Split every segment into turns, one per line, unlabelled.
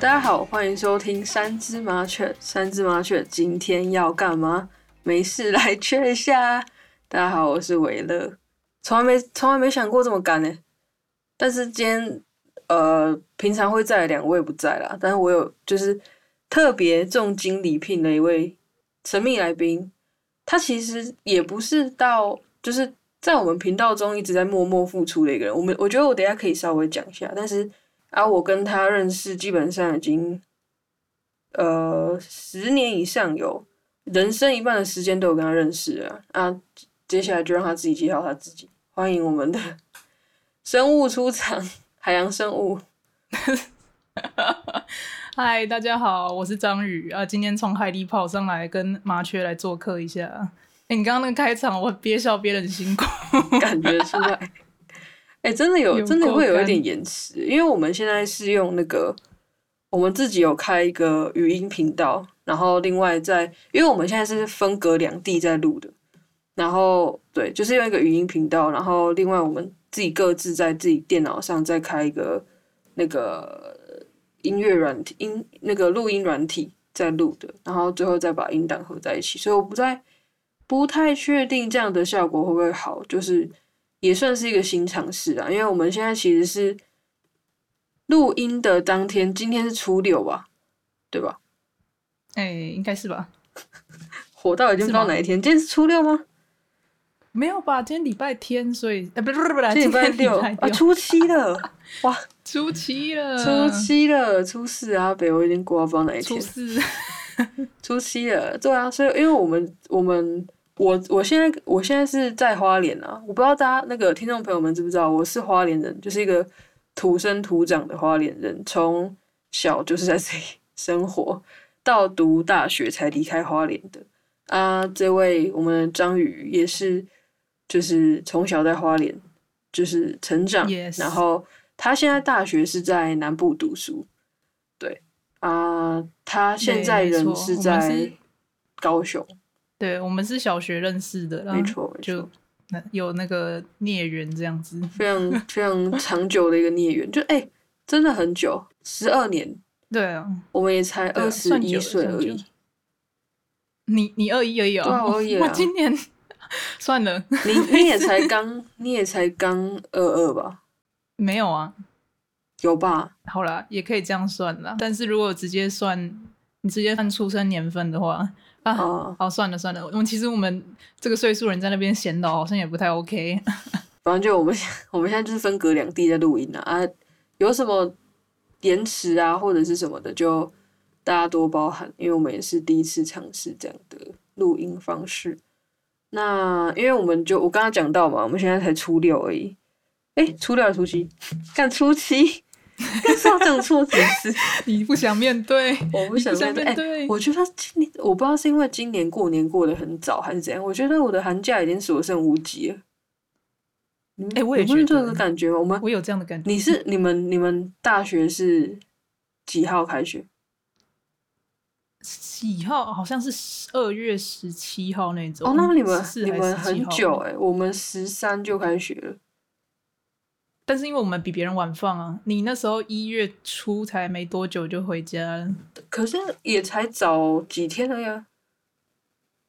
大家好，欢迎收听三只麻雀。三只麻雀今天要干嘛？没事来缺一下。大家好，我是维乐，从来没从来没想过这么干呢、但是今天呃，平常会在的两位不在啦，但是我有就是特别重金礼聘的一位神秘来宾，他其实也不是到就是在我们频道中一直在默默付出的一个人。我们我觉得我等一下可以稍微讲一下，但是啊，我跟他认识基本上已经呃十年以上有，人生一半的时间都有跟他认识了啊。接下来就让他自己介绍他自己，欢迎我们的生物出场，海洋生物。
嗨，大家好，我是章鱼啊，今天从海里跑上来跟麻雀来做客一下。哎、你刚刚那个开场，我憋笑憋得很辛苦。
感觉出来。哎、真的有，
有
真的
够
会有一
干
点延迟，因为我们现在是用那个，我们自己有开一个语音频道，然后另外在，因为我们现在是分隔两地在录的，然后对，就是用一个语音频道，然后另外我们自己各自在自己电脑上再开一个那个音乐软体音那个录音软体在录的，然后最后再把音档合在一起，所以我不在不太确定这样的效果会不会好，就是也算是一个新尝试啊，因为我们现在其实是录音的当天，今天是初六吧，对吧？
哎、应该是吧？
火到已经不知道
是吗
哪一天，今天是初六吗？
没有吧？今天礼拜天，所以哎、不不不不，
这礼
今
拜
天礼
六
拜
啊，初七了， 哇，
初七了，
初七了，初四啊，北我已经过到不知道哪一
初
天，
四，
初七了，对啊，所以因为我们我们我我现在我现在是在花莲啊，我不知道大家那个听众朋友们知不知道，我是花莲人，就是一个土生土长的花莲人，从小就是在这里生活，到读大学才离开花莲的啊。这位我们的章鱼也是，就是从小在花莲就是成长
Yes
然后他现在大学是在南部读书，对啊，他现在
没
人
错
是
我们
在
是
高雄，
对我们是小学认识的啦，
没错，没错
啊就。那有那个孽缘这样子。
非常非常长久的一个孽缘，就哎、真的很久，十二年，
对啊，
我们也才
对
二
啊
十
算久
一
了
岁
算
而
久
已。
你你二一而已哦，
对啊我二一啊
我今年算了，
你你也才刚，你也才刚二二吧？
没有啊，
有吧？
好啦，也可以这样算啦。但是如果直接算，你直接算出生年份的话，啊，
哦
好，算了算了，我们其实我们这个岁数人在那边闲聊，好像也不太 OK。
反正就我们现 我们现在就是分隔两地在录音啊啊，有什么延迟啊或者是什么的，就大家多包涵，因为我们也是第一次尝试这样的录音方式。那因为我们就我刚刚讲到嘛，我们现在才初六而已，诶，初六还是初七？ 干初七， 干少讲错几次？
你不想面对，
我不
你
想
不想
面对。
面
哎、
对，
我觉得今年我不知道是因为今年过年过得很早还是怎样，我觉得我的寒假已经所剩无几了。你们
哎我也
你们
觉
有
得
这个感觉吗？我们
我有这样的感觉。
你是你们你们大学是几号开学？
几号？好像是二月十七号那种。
哦，那你们
14
你
还是
们很
17号
久哎、我们十三就开学了。
但是因为我们比别人晚放啊，你那时候一月初才没多久就回家了，
可是也才早几天而已、
嗯
啊，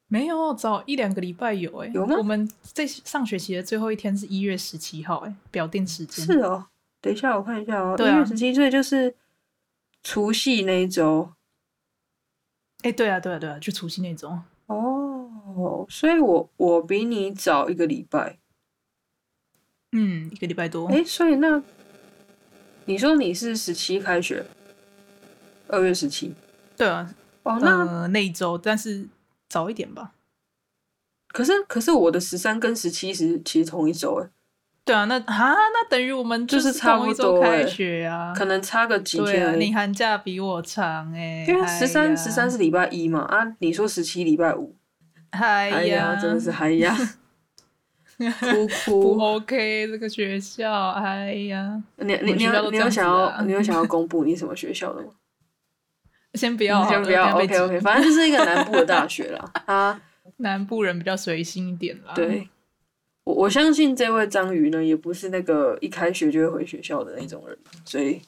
没有早一两个礼拜有哎、
有吗
我们这上学期的最后一天是一月十七号哎、表定时间
是哦。等一下，我看一下哦，一
对啊
月十七岁就是除夕那一周
哎、对啊，对啊，对啊，就除夕那种。
哦，所以我我比你早一个礼拜。
嗯，一个礼拜多。
哎、所以那你说你是十七开学，二月十七
对啊，
哦，那、
呃，那一周，但是早一点吧。
可是可是我的十三跟十七是其实同一周哎、
对啊，那啊，那等于我们
就是是差不
同一
多
周
欸
开学啊。
可能差个几
对
天
啊，
而
你
已。
寒假比我长哎、
因为
嗨
啊十三
呀
十三是，礼拜一嘛啊，你说十七礼拜五，
嗨
哎呀，真的是哎 呀，哭
不
哭。
OK 这个学校，哎呀，
你你
我们
你
学校
有
都
你
这
有
样子
想
的
要
啊
你有想要公布你什么学校的吗？
先 不要好了，
嗯先不要
被
，OK
挤
OK，反正就是一个南部的大学 啦。啊，
南部人比较随心一点啦。，
对，我我相信这位章鱼呢，也不是那个一开学就会回学校的那种人，所以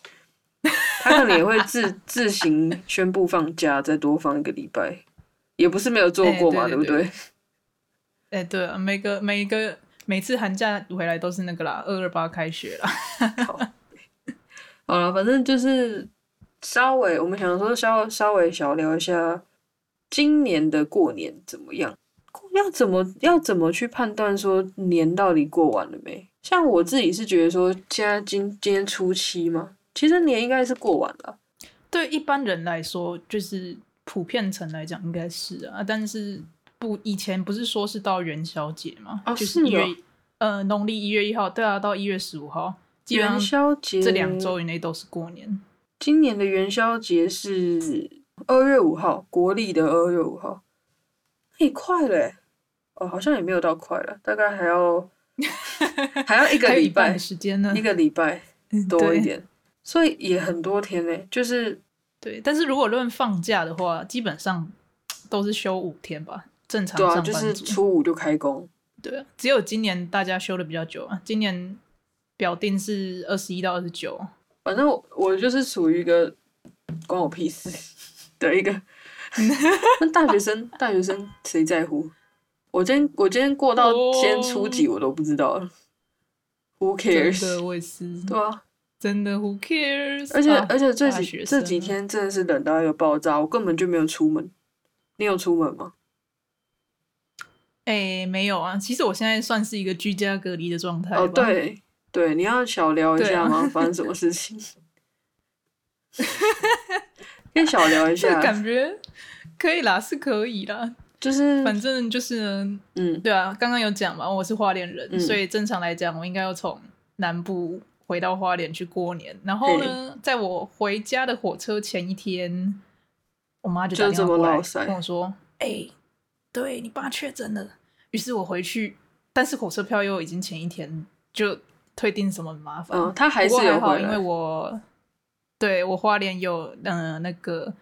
他可能也会自 自行宣布放假，再多放一个礼拜，也不是没有做过嘛，
哎对
不
对
对？
哎、对啊，每个每一个每次寒假回来都是那个啦，二二八开学啦。
好了，反正就是稍微，我们想说稍稍微小聊一下今年的过年怎么样，过要怎么要怎么去判断说年到底过完了没？像我自己是觉得说，现在今今天初七嘛，其实年应该是过完了。
对一般人来说，就是普遍层来讲应该是啊，但是不以前不是说是到元宵节嘛，
哦
就是
是
一月
哦
一呃农历一月一号，对啊，到一月十五号，基本
元
上
宵节
这两，周以内都是过年。
今年的元宵节是二月五号，国历的二月五号，哎、快了、欸，哦，好像也没有到快了，大概还 要还要一个
还有
礼
一半
拜
的，时间呢
一，个礼拜
嗯
多一。
对
点，所以也很多天呢、就是
对，但是如果论放假的话，基本上都是休五天吧，正常
对啊，
上
就
班
是
族
初五就开工，
对啊，只有今年大家休的比较久啊，今年表定是二十一到二十九，
反正我我就是属于一个关我屁事的一 个。那大学生，大学生谁在乎？我今天我今天过到
哦
今天初几我都不知道了。Who
真
cares？
的我也是，
对啊，
真的 Who cares？
而且、
啊
而且这
大
几
学
这
生啊
几天真的是冷到一个爆炸，我根本就没有出门。你有出门吗？
哎、没有啊，其实我现在算是一个居家隔离的状态。
哦，，对对，你要小聊一
对
下
啊
吗？发生什么事情？可以小聊一
这
下，
感觉可以啦，是可以啦，
就是
反正就是呢
嗯，
对啊，刚刚有讲嘛，我是花莲人，
嗯
所以正常来讲，我应该要从南部回到花莲去过年。然后呢，在我回家的火车前一天，我妈就打
就这
电
么
话过来
落塞
跟我说：“哎、对你爸确诊了。”于是我回去，但是火车票又已经前一天就退订，什么很麻烦。
嗯，他还
不
是
过
有
还
回
好，因为
来，
我对我花莲有嗯、呃那个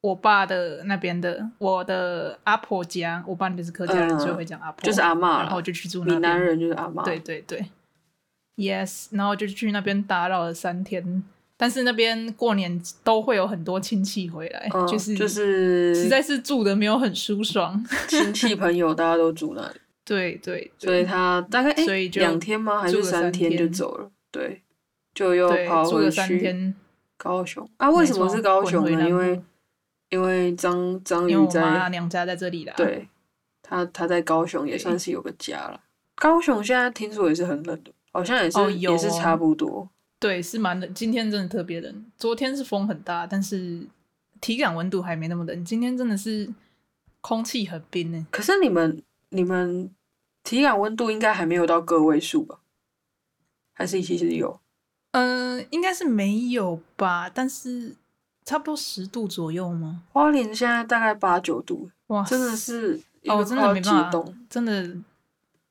我爸的那边的我的阿婆家，我爸那边是客家人，
嗯
所以会讲阿婆，
就是阿嬷
然后
了，
就去住那
闽南
边。
人就是阿嬷，
对，对对，yes，然后就去那边打扰了三天，但是那边过年都会有很多亲戚回来，
嗯，
就是实在是住的没有很舒爽。
亲戚朋友大家都住那里，
对对
所以
对，
他大概
所
哎
以就
两天吗？还
住
是
了
三
三
天就
天
走了？对，就又
对
跑
住了
回
三
去
天。
高雄啊？为
没
什么
错
是高
滚
雄
回
呢？
南
因为
部
因为张张
因为
宇
我妈
在
娘家在这里啦。。
对，他他在高雄也
对
算是有个家了。高雄现在听说也是很冷的，好像也是、
哦有
也是
哦
差不多。
对，是蛮冷。今天真的特别冷，昨天是风很大，但是体感温度还没那么冷。今天真的是空气很冰欸呢、
可是你们你们体感温度应该还没有到个位数吧？还是其实有？
嗯、应该是没有吧，但是差不多十度左右吗？
花莲现在大概八九度，
哇，
真的是一
哦，
个
真
快
的
要
没
激
办法
动。，
真的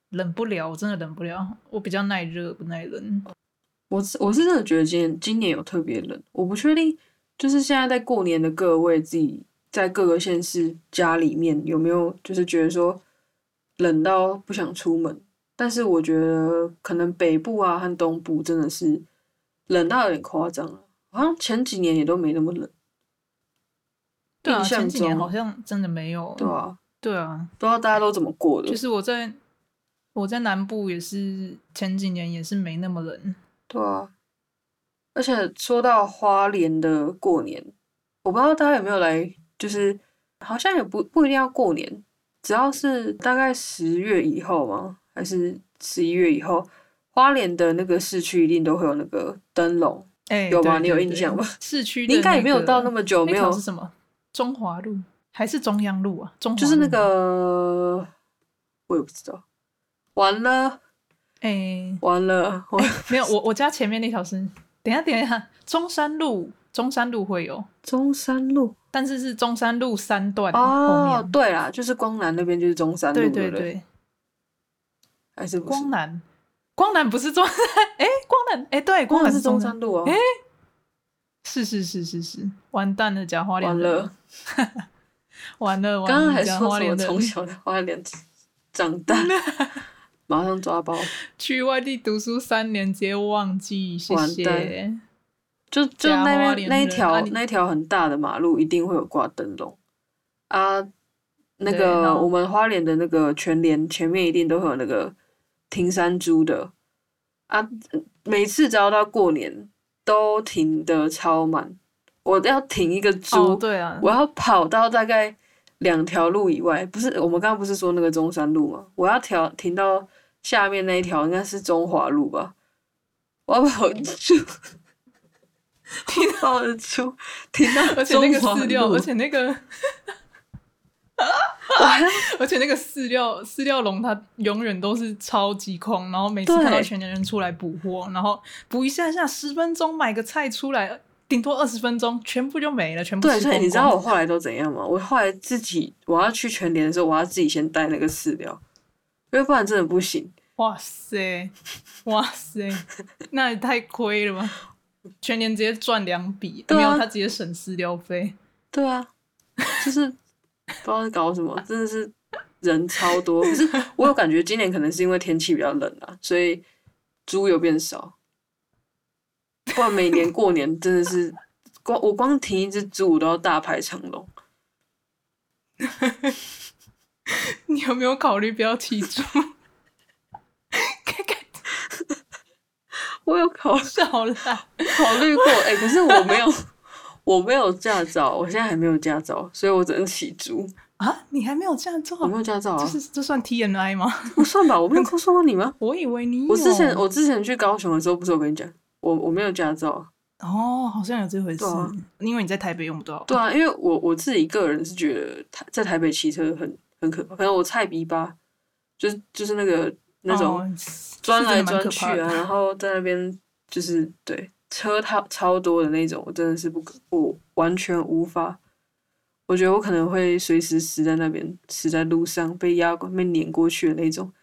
冷不了，我真的冷不了。我比较耐热，不耐冷。
哦我是我是真的觉得今年今年有特别冷，我不确定，就是现在在过年的各位自己在各个县市家里面有没有就是觉得说冷到不想出门，但是我觉得可能北部啊和东部真的是冷到有点夸张了，好像前几年也都没那么冷，
对啊，
印象
前几年
中
好像真的没有。
对啊，
对啊，
不知道大家都怎么过的，
就是我在我在南部也是前几年也是没那么冷。
对啊，而且说到花莲的过年，我不知道大家有没有来，就是好像也不不一定要过年，只要是大概十月以后吗？还是十一月以后，花莲的那个市区一定都会有那个灯笼，
哎、
有吗
对
你有
对
印
对
象吗
市区
你应该也没有到那
么
么久，没有
是什么中华路还是中央路啊？中华
就是那
路吗
个我也不知道，完了
哎、
完了，我
没有我我家前面那条是，等一下等一下，中山路中山路会有，
中山路
但是是中山路三段后面。
哦，对啦，就是光南那边就是中山路，
对
对
对
不，
对，
还是不是
光？南光南不是中 山，哎、光南哎、对，
光
南
南
是
是中
山
山，路啊，
哎是是是是是，完蛋了，讲花莲
完
人
了。
完了，完了，
刚刚还
讲
说
花
什么
莲人
从小在花莲长大， 马上抓包，
去外地读书三年，直接忘记，谢
完蛋
谢。
就就
假
那
花
边
莲
那一
人
条
啊你
那一条很大的马路一定会有挂灯笼啊，那
对然
个
后
我们花莲的那个全联前面一定都会有那个停山猪的啊，每次只要到过年都停的超满，我要停一个猪，
哦，对啊，
我要跑到大概两条路以外，不是我们刚刚不是说那个中山路吗？我要调停到下面那一条，应该是中华路吧？我要跑出， 我跑得出，停到
而且那个饲料，而且 那个，而且那个饲料饲料笼，它永远都是超级空，然后每次
对
看到全年人出来补货，然后补一下下十分钟买个菜出来，顶多二十分钟，全部就没了，全部
对，
吃
所以
光
你知道
光
我后来都怎样吗？我后来自己我要去全联的时候，我要自己先带那个饲料，因为不然真的不行。
哇塞，哇塞，那也太亏了吧！全年直接赚两笔，
对啊
没有他直接省饲料费。
对啊，就是不知道在搞什么，真的是人超多。可是我有感觉，今年可能是因为天气比较冷啊，所以猪有变少。不然每年过年真的是光我光停一只猪，我都要大排长龙。
你有没有考虑不要提 猪？看看
我有考
笑啦，
考虑过，哎、可是我没有，我没有驾照，我现在还没有驾照，所以我只能骑猪。
啊！你还没有驾照
我？没有驾照啊
这，是这算 TNI 吗？
不算吧？我没有告诉过你吗？
我以为你有
我之前我之前去高雄的时候，不是我跟你讲，我我没有驾照啊。
哦，好像有这回事
对啊，
因为你在台北用不到。
对啊，因为我我自己个人是觉得台在台北骑车很很可怕，可能我菜逼吧，就是就是那个那种
哦
钻来
是真的蛮
钻
可
去
怕
啊，
的
然后在那边就是对车超超多的那种，我真的是不可，我完全无法。我觉得我可能会随时死在那边，死在路上被压过、被碾过去的那种。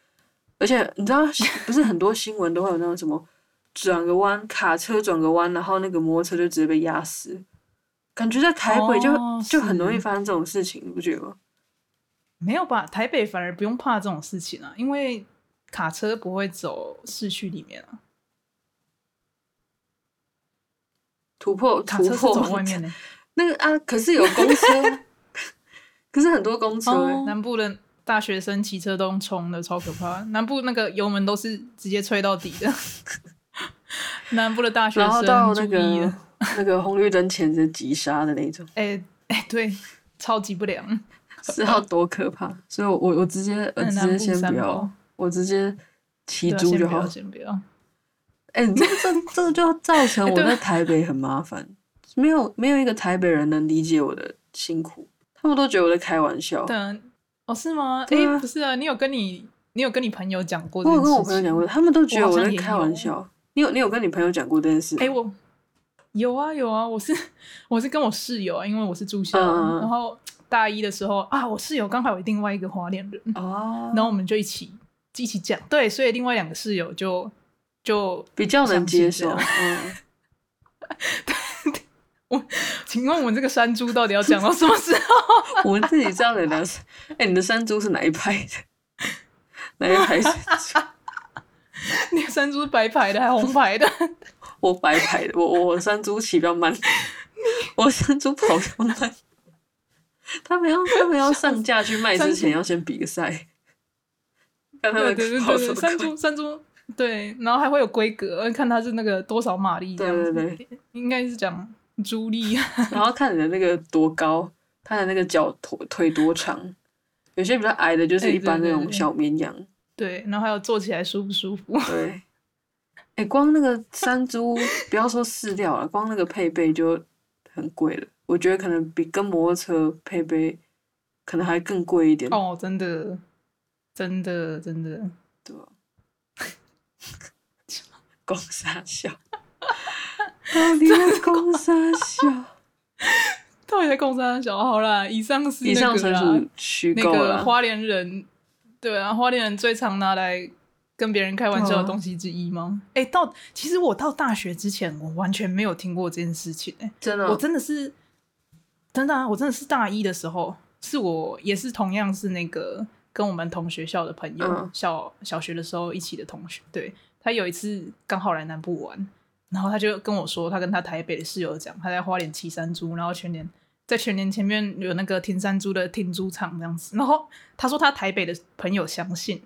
而且你知道，不是很多新闻都会有那种什么转个弯，卡车转个弯，然后那个摩托车就直接被压死。感觉在台北就、
哦
就很容易
是
发生这种事情，你不觉得吗？
没有吧？台北反而不用怕这种事情啊，因为卡车不会走市区里面啊，
突破
卡
突
车是
破
走外面的、
那个啊，可是有公 车啊，可是很多公车欸、
哦南部的大学生骑车都用冲的，超可怕。南部那个油门都是直接吹到底的。 南部的大学
然后
生
到那
注意
个
了，
那个红绿灯前是急刹的那种，
哎哎、对，超级不良。
是要多可 怕！所以我，我我直接我
那
直
南
接
部
先
三
不要
包，
我直接骑
对啊
猪
先
就
不
好
要，。先不要。
哎、你这个这这个就要造成
哎
我
对啊
在台北很麻烦，没有没有一个台北人能理解我的辛苦，他们都觉得我在开玩笑。
对啊，哦，是吗？哎、
对啊
不是啊，你有跟你你有跟你朋友讲过这
我
件
有
事
跟我朋友
情？
讲过，他们都觉得
我好
我
像
在
也
开玩
有
笑。你有你有跟你朋友讲过这件事吗？
哎、我有啊有啊，我是我是跟我室友啊，因为我是住校，
嗯嗯嗯
然后大一的时候啊，我室友刚好有另外一个花莲人，
哦，
然后我们就一起一起讲，对，所以另外两个室友就就，
比较能接受。
相
嗯，
请问我们这个山猪到底要讲到什么时候？
我们自己这样的聊。哎、你的山猪是哪一派的？哪一派山猪？
那个山猪是白牌的还是红牌的？
我白牌的，我我我山猪骑比较慢，我山猪跑比较慢。他们要他们要上架去卖之前要先比个赛，看他
对
们
对对
跑
对
什
对，
么
山
快。
猪山猪对，然后还会有规格，看它是那个多少马力这样子，
对对
应该是讲猪力啊，
然后看你的那个多高，他的那个脚腿腿多长。有些比较矮的，就是
哎
一般
对
那
对
种
对
小绵羊。
对，然后还有坐起来舒不舒服？
对，哎、光那个山猪，不要说饲料了，光那个配备就很贵了。我觉得可能比跟摩托车配备可能还更贵一点。
哦，真的，真的，真的，
对吧？公傻笑， 到底在公傻笑？
到底在共三小？好啦，以上是
以
那
上
个
纯
啦
属，虚
那
构
个
啦。
花莲人，对啊，花莲人最常拿来跟别人开玩笑
嗯
的东西之一吗？哎、到其实我到大学之前，我完全没有听过这件事情、欸，
真的
我
哦，
真的是，真的啊，我真的是大一的时候，是我也是同样是那个跟我们同学校的朋友，
嗯
小小学的时候一起的同学，对他有一次刚好来南部玩，然后他就跟我说，他跟他台北的室友讲，他在花莲骑山猪，然后全年在全年前面有那个停山猪的停猪场这样子。然后他说他台北的朋友相信，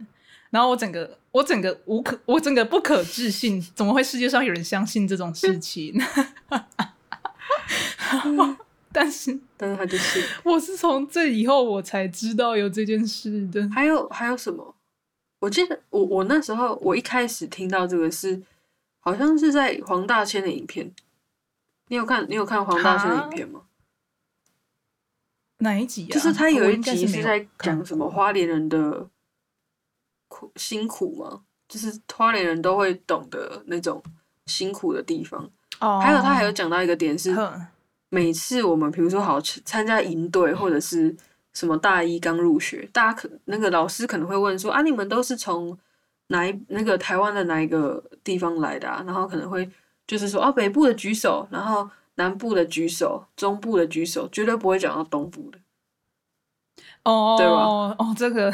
然后我整个我整个无可我整个不可置信，怎么会世界上有人相信这种事情？ 但是
但是他就是。
我是从这以后我才知道有这件事的。
还有还有什么？我记得我我那时候我一开始听到这个是，好像是在黄大千的影片。你有看你有看黄大千的影片吗？
哪一集啊？
就是他有
我
一
应该
集
没
是
有
在
看
讲什么花莲人的苦辛苦吗？就是花莲人都会懂得那种辛苦的地方。
哦，
还有他还有讲到一个点是，
哼
每次我们比如说好去参加营队或者是什么大一刚入学，大家可那个老师可能会问说啊，你们都是从哪一那个台湾的哪一个地方来的啊？然后可能会就是说哦、北部的举手，然后南部的举手，中部的举手，绝对不会讲到东部的。
哦，
对吧
哦，这个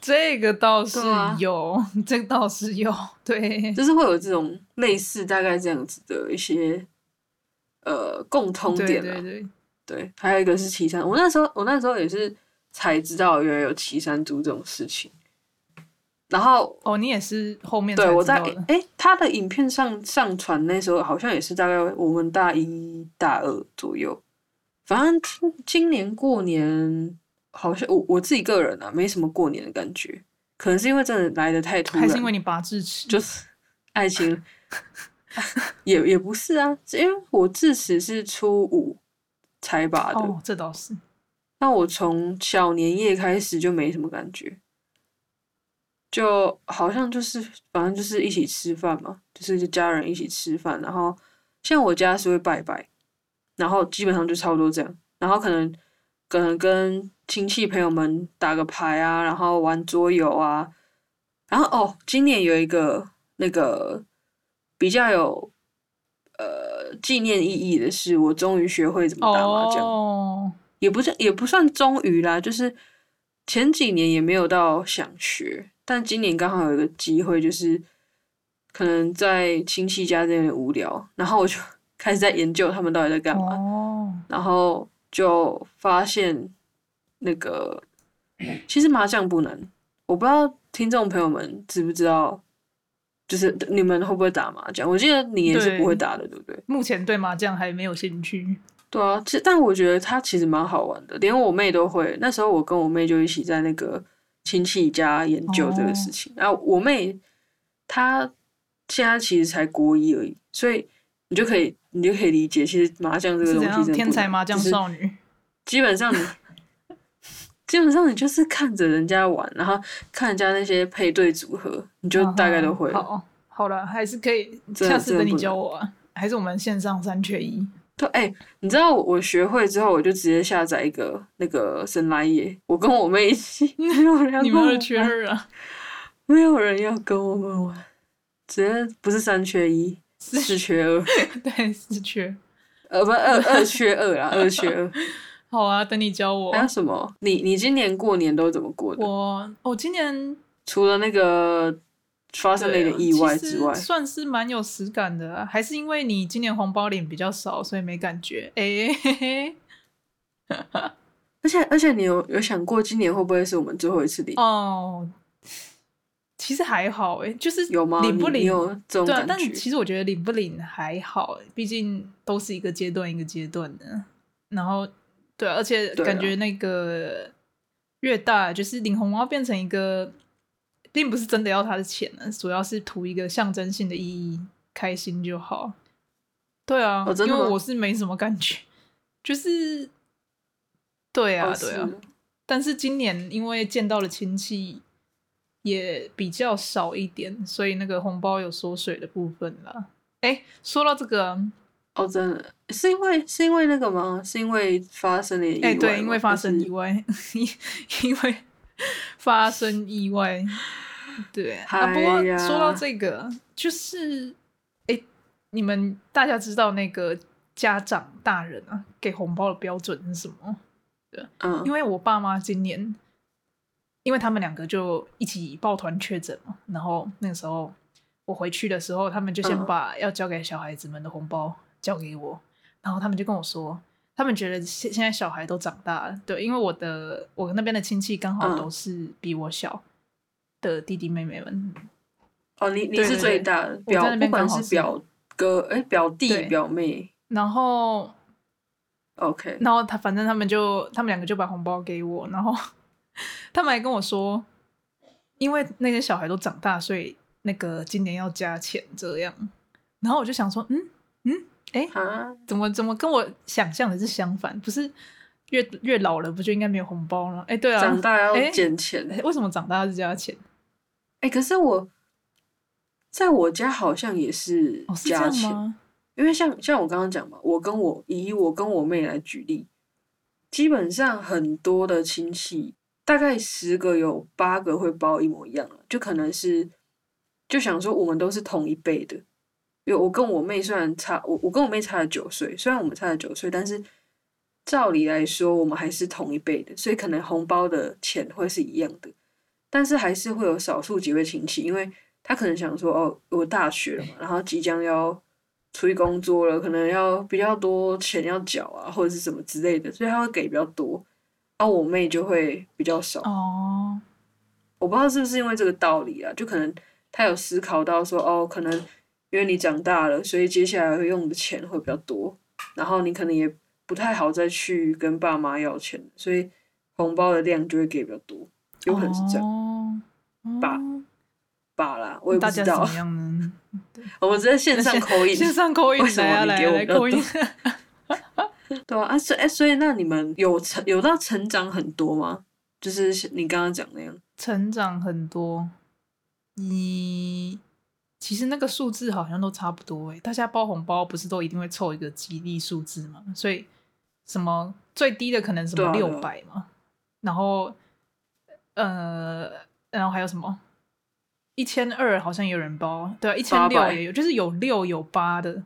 这个倒是
对啊
有，这个倒是有， 对，
就是会有这种类似大概这样子的一些呃共通点
对
啊
对。对，
对，还有一个是岐山，我那时候我那时候也是才知道原来有岐山猪这种事情。然后
哦，你也是后面才
对我
知
在
道的，
诶、他的影片上上传那时候好像也是大概我们大一大二左右，反正今今年过年好像我我自己个人啊没什么过年的感觉，可能是因为真的来的太突然，
还是因为你拔智齿，
就是爱情， 也也不是啊，是因为我智齿是初五才拔的，
哦，这倒是，
那我从小年夜开始就没什么感觉，就好像就是反正就是一起吃饭嘛，就是家人一起吃饭，然后像我家是会拜拜，然后基本上就差不多这样，然后可能可能跟亲戚朋友们打个牌啊，然后玩桌游啊，然后哦，今年有一个那个比较有呃纪念意义的是，我终于学会怎么打麻将。
哦，
也不是也不算终于啦，就是前几年也没有到想学，但今年刚好有一个机会，就是可能在亲戚家这边无聊，然后我就 开始在研究他们到底在干嘛，
哦，
然后就发现那个其实麻将不难，我不知道听众朋友们知不知道。就是你们会不会打麻将？我记得你也是
对
不会打的，对不对？
目前对麻将还没有兴趣，
对啊，其但我觉得它其实蛮好玩的，连我妹都会。那时候我跟我妹就一起在那个亲戚家研究这个事
哦
情。然后我妹她现在其实才国一而已，所以你就可以你就可以理解，其实麻将这个
是
东西
怎
真
样
的不
天才
难
麻将
就是
少女，
基本 上你基本上你就是看着人家玩，然后看人家那些配对组合，你就大概都会了。
嗯哦好，好了，还是可以，
真的
下次
真的
等你
不
教
难
我啊，还是我们线上三缺一，
对，哎、你知道我我学会之后，我就直接下载一个那个神来也，我跟我妹一起，没有人要
你
跟
们
我
二缺
玩
二啊，
没有人要跟我们玩，直接不是三缺一，四缺二，
对，四缺。
呃，不二二缺二啦，二缺二。
好啊，等你教我。
还有什么？你你今年过年都怎么过的？
我我今年
除了那个发生了一
对啊
点意外之外
其实，算是蛮有实感的啊、还是因为你今年红包领比较少，所以没感觉。哎、嘿嘿，
而且而且你有有想过今年会不会是我们最后一次领？
哦，其实还好哎、就是
有吗？
领不
你
领
你有这种
对啊
感，
但
觉？
其实我觉得领不领还好，毕竟都是一个阶段一个阶段的。然后，对啊、而且
对啊啊
感觉那个越大，就是领红包变成一个，并不是真的要他的钱了，主要是图一个象征性的意义，开心就好。对啊，
哦真的
因
吗
为我是没什么感觉，就是对啊，
哦
对
是
啊，但是今年因为见到了亲戚也比较少一点，所以那个红包有缩水的部分啦。哎，说到这个，
哦，真的是因为是因为那个吗？是因为发生了意外吗？
哎，对，因为发生
就是
意外，因为发生意外，对啊。不过
哎呀
说到这个，就是哎，你们大家知道那个家长大人啊给红包的标准是什么？
嗯，
因为我爸妈今年，因为他们两个就一起抱团确诊嘛，然后那个时候我我回去的时候，他们就先
嗯
把要交给小孩子们的红包交给我，然后他们就跟我说，他们觉得现现在小孩都长大了，对，因为我的我那边的亲戚刚好
嗯
都是比我小的弟弟妹妹们，
哦，你你
对
是
对
最
对
大的
我
表
在那，
不
边
管
刚好
是
是
表哥哎、表弟
对
表妹
然后
，OK，
然后他反正他们就他们两个就把红包给我，然后他们还跟我说，因为那些小孩都长大，所以那个今年要加钱这样。然后我就想说，嗯嗯，哎，
啊，
怎么怎么跟我想象的是相反？不是越越老了不就应该没有红包了？哎，对啊，
长大要
哎
捡钱，哎、
诶为什么长大是加钱？
可是我在我家好像也是
哦，是这
加
样
钱，
吗？
因为像像我刚刚讲嘛，我跟我以我跟我妹来举例，基本上很多的亲戚，大概十个有八个会包一模一样了，就可能是就想说我们都是同一辈的，因为我跟我妹虽然差我我跟我妹差了九岁，虽然我们差了九岁，但是照理来说我们还是同一辈的，所以可能红包的钱会是一样的，但是还是会有少数几位亲戚，因为他可能想说哦，我大学了嘛，然后即将要出去工作了，可能要比较多钱要缴啊，或者是什么之类的，所以他会给比较多，而、我妹就会比较少。
哦，
我不知道是不是因为这个道理啊，就可能他有思考到说，哦，可能因为你长大了，所以接下来会用的钱会比较多，然后你可能也不太好再去跟爸妈要钱，所以红包的量就会给比较多，有可能是这
哦
样
样
吧吧啦，我也不
哦大
知
家怎
道
么。样呢？
我们直接线上
线
口音，
线上口音
为什么
来啊
你
来
给
啊
我
来
比较
口音
多。对啊，啊所以、哎所以那你们有成有到成长很多吗？就是你刚刚讲那样，
成长很多。你其实那个数字好像都差不多诶，欸大家包红包不是都一定会凑一个吉利数字嘛？所以什么最低的可能什
对啊
么
对啊
六百嘛，然后呃，然后还有什么一千二好像有人包，对啊，一千六
800
也有，就是有六有八的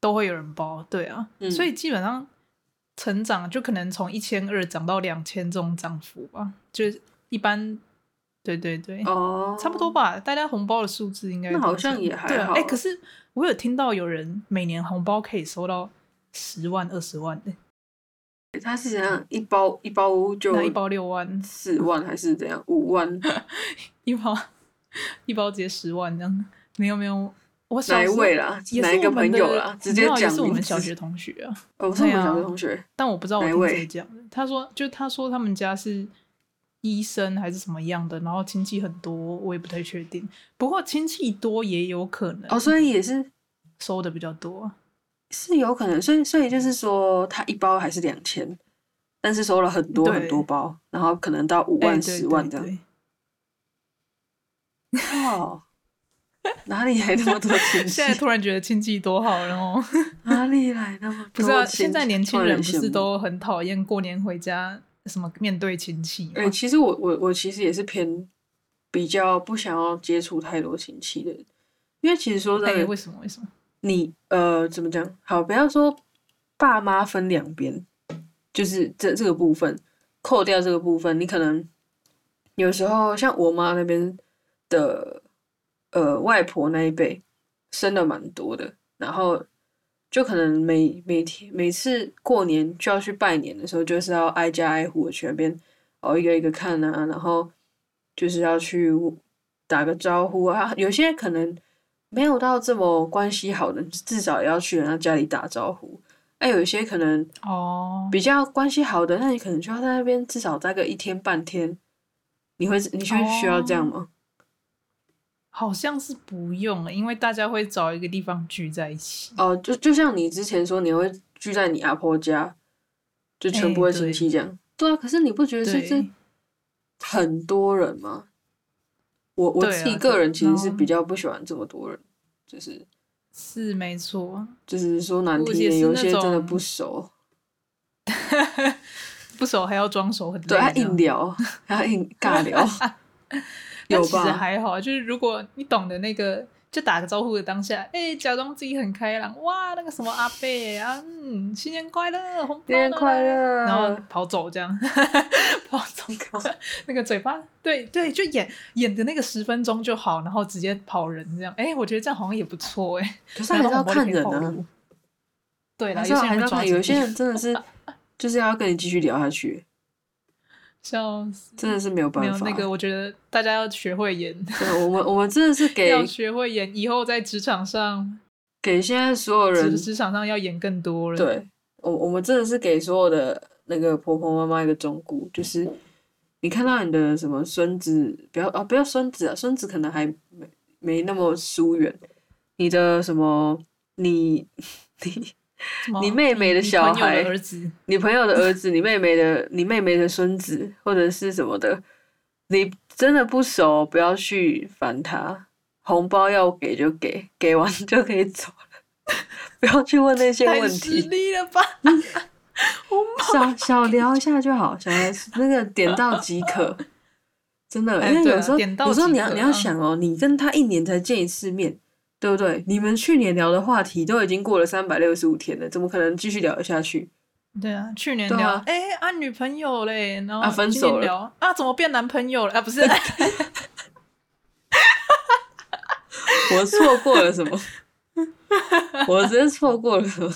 都会有人包，对啊，
嗯
所以基本上成长就可能从一千二涨到两千这种涨幅吧，就是一般，对对对，
哦，
差不多吧，大家红包的数字应该
那好
都是
像也还
对啊
好
哎、可是我有听到有人每年红包可以收到十万、二十万的、
他是怎样一包一包就
那一包六万，
四万还是怎样五万？
一包 一包直接十万这样，没有没有，我小
哪一
时候
位啦？
也
哪
是
一个
我们
朋
的
友啦？直
没
接
有啊也
讲
是我
名
们
字
小学同学啊，
哦，是我们
对啊
小学同学。
但我不知道我
哪一
听
位
谁讲的。他说，就他说他们家是医生还是什么样的，然后亲戚很多，我也不太确定。不过亲戚多也有可能
哦，所以也是
收的比较多。
是有可能，所以所以就是说，他一包还是两千，但是收了很多
对
很多包，然后可能到五万、
哎
十万这。
对对
样。
对
哇，哪里来那么多亲戚
现在？突然觉得亲戚多好，然后
哪里来那么
不
多
是啊，
亲戚
现在年轻
突然
人不
羡慕
是都很讨厌过年回家什么面对亲戚
哎、
吗？
其实我我我其实也是偏比较不想要接触太多亲戚的人，因为其实说真
哎、
的，
为什么？为什么？
你呃怎么讲？好，不要说爸妈分两边，就是这这个部分，扣掉这个部分，你可能有时候像我妈那边的呃外婆那一辈生的蛮多的，然后就可能每每天每次过年就要去拜年的时候，就是要挨家挨户的去那边哦一个一个看啊，然后就是要去打个招呼啊，有些可能。没有到这么关系好的，至少也要去人家家里打招呼。那有一些可能
哦，
比较关系好的，那你可能就要在那边至少待个一天半天。你会你会需要这样吗？
好像是不用欸了，因为大家会找一个地方聚在一起。
哦、就就像你之前说，你会聚在你阿婆家，就全部
哎
的亲戚这样。对啊，可是你不觉得这这
对，
很多人吗？我我
对啊
自己
对
个人其实是
然后
比较不喜欢这么多人，就是
是没错。
就是说难听
我也
点，
是
有一些
那种
真的不熟，
不熟还要装熟，很累
对他
这样
硬聊，他硬尬聊，
但
有
其实
吧？
还好，就是如果你懂得那个，就打个招呼的当下，哎、假装自己很开朗，哇，那个什么阿贝啊，嗯，新年快乐，红包
新年快
啦
乐
然后跑走这样，跑走，那个嘴巴，对对，就演演的那个十分钟就好，然后直接跑人这样。哎，我觉得这样好像也不错哎。
可是还是要看人
然后
啊
红包就可以，对啦，
还
有
是
些
要
人
还是要
会抓
看。
紧
有些人真的是 就是要跟你继续聊下去，
笑死，
真的是没有
没
办
有
法。
那个，我觉得大家要学会演，
真的我们我们真的是给
要学会演，以后在职场上，
给现在所有人
职职场上要演更多了。，
对，我我们真的是给所有的那个婆婆妈妈一个忠告，就是你看到你的什么孙子，不要啊，不要孙子啊，孙子可能还没没那么疏远，你的什么你你你妹妹的小
朋友
孩
的儿子，
你朋友的儿子，你妹妹的你妹妹的孙子或者是什么的，你真的不熟，不要去烦他。红包要给就给，给完就可以走了， 不要去问那些
太
问
失
题。
礼了吧？
小小聊一下就好，小聊那个点到即可，真的，
哎
因为
对啊
有时候、
点到
有时候
即
你要
可
你
啊
要想哦，你跟他一年才见一次面，对不对？你们去年聊的话题都已经过了三百六十五天了，怎么可能继续聊得下去？
对啊，去年
对啊
聊哎啊女朋友嘞，然后
啊分
今年
手了
聊啊怎么变男朋友了啊不是
我错过了什 么？我直接错过了什么？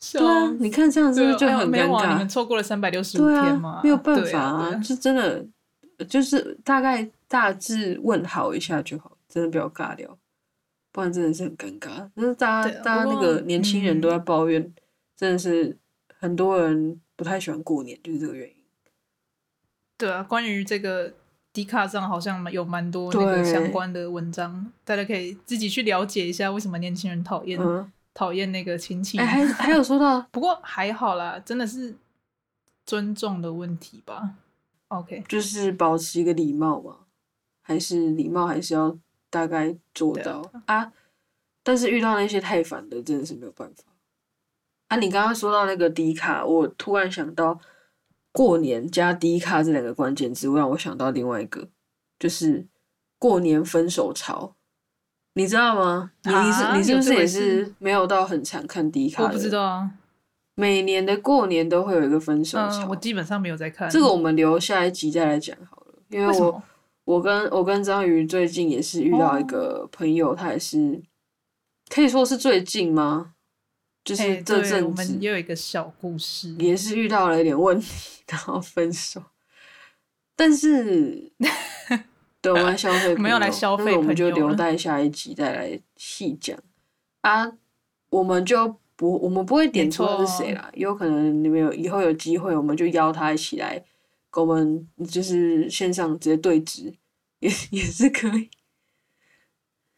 笑
对 啊，你看这样是不
对
是
啊
就
哎呦
很
没
尴
有啊你
尬
们？错过了三百六十五
对
天
啊
嘛，，
没有办
对
法
啊，对啊
就真的呃就是大概大致问好一下就好，真的不要尬聊，不然真的是很尴尬。但是大家
对啊
大家
不
那
过
个年轻人
嗯
都在抱怨，真的是很多人不太喜欢过年，就是这个原因。
对啊，关于这个。迪卡上好像有蛮多那个
对
相关的文章，大家可以自己去了解一下为什么年轻人讨厌
嗯，
讨厌那个亲戚。
哎、还还有说到
不过还好啦，真的是尊重的问题吧。OK，
就是保持一个礼貌嘛，还是礼貌还是要大概做
对啊
到啊。但是遇到那些太烦的，真的是没有办法。啊，你刚刚说到那个迪卡，我突然想到过年加迪卡这两个关键字，让我想到另外一个，就是过年分手潮，你知道吗？你你是
啊
你是不是
有这回
也
事
是没有到很常看迪卡？
我不知。道啊，
每年的过年都会有一个分手
嗯、
潮，
我基本上没有在看
这个我们留下一集再来讲好了，因
为
为
什
我
么？
我跟我跟章鱼最近也是遇到一
哦
个朋友，他也是可以说是最近吗？就
哎
是这
对我
阵子
们也有一个小故事，
也是遇到了一点问题，然后分手。但是， 对，我们来消费
没有来
朋友
消
那
费
个我
朋
们就
友
留
了
待下一集再来细讲啊。我们就不，我们不会点出他是谁啦，有可能你们有以后有机会，我们就邀他一起来跟我们就是线上直接对质，也也是可以。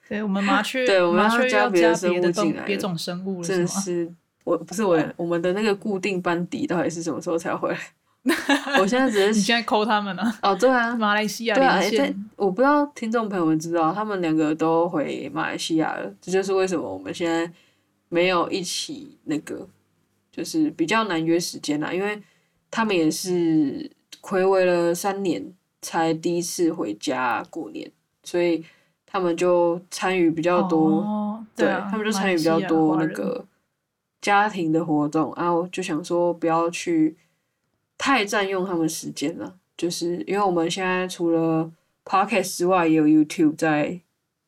对我们麻雀，
对我们
麻
要
雀
加
要
别的
加别
生物
的
进
动
来
别
了
种生物了，
真
是
的是
吗？
我不是我的，我们的那个固定班底到底是什么时候才回来？ 我现在直
你
接
现在抠他们呢？
哦，对啊，
马来西亚
对啊，
连
诶但
线，
我不知道听众朋友们知道，他们两个都回马来西亚了，这就是为什么我们现在没有一起那个，就是比较难约时间啦，因为他们也是暌违了三年才第一次回家过年，所以他们就参与比较多，
哦
对
啊，
他们就参与比较多
马
那
来西亚华人
个家庭的活动，然后就想说不要去太占用他们时间了，就是因为我们现在除了 podcast 之外，也有 YouTube 在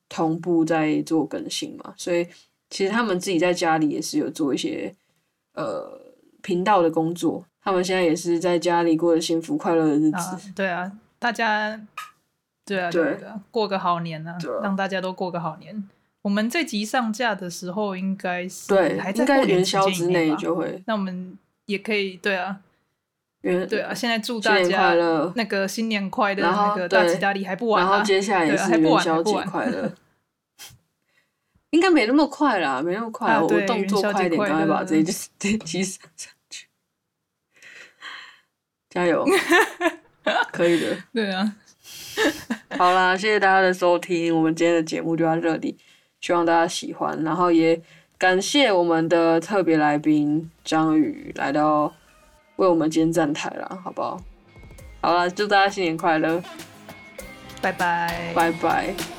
同步在做更新嘛，所以其实他们自己在家里也是有做一些呃频道的工作，他们现在也是在家里过着幸福快乐的日子。
啊，对啊，大家对啊，
对
对啊，过个好年啊
对啊，
让大家都过个好年。我们这集上架的时候，应该是
对
还，在
应该
过年
元
期
宵
间
之
以内
内
吧
就会
那我们也可以对啊，
元
对啊，现在
新
祝大
年快
家
乐，
那个新年快乐，
然后
那个大
对
吉大利还不晚
然后
啊，
接下来也
对啊
是
还不
元
晚
宵
还不
节
晚
快 乐，应该没那么快啦，没那么快，
啊
我我
对
动
元
作
宵
快一
节
点，
快
赶快把
乐
这一集这一集上上去，加 油，可以的。
对啊，
好啦，谢谢大家的收听，我们今天的节目就到这里，希望大家喜欢，然后也感谢我们的特别来宾张宇来到为我们今天站台啦，好不好？好啦，祝大家新年快乐，
拜拜，
拜拜。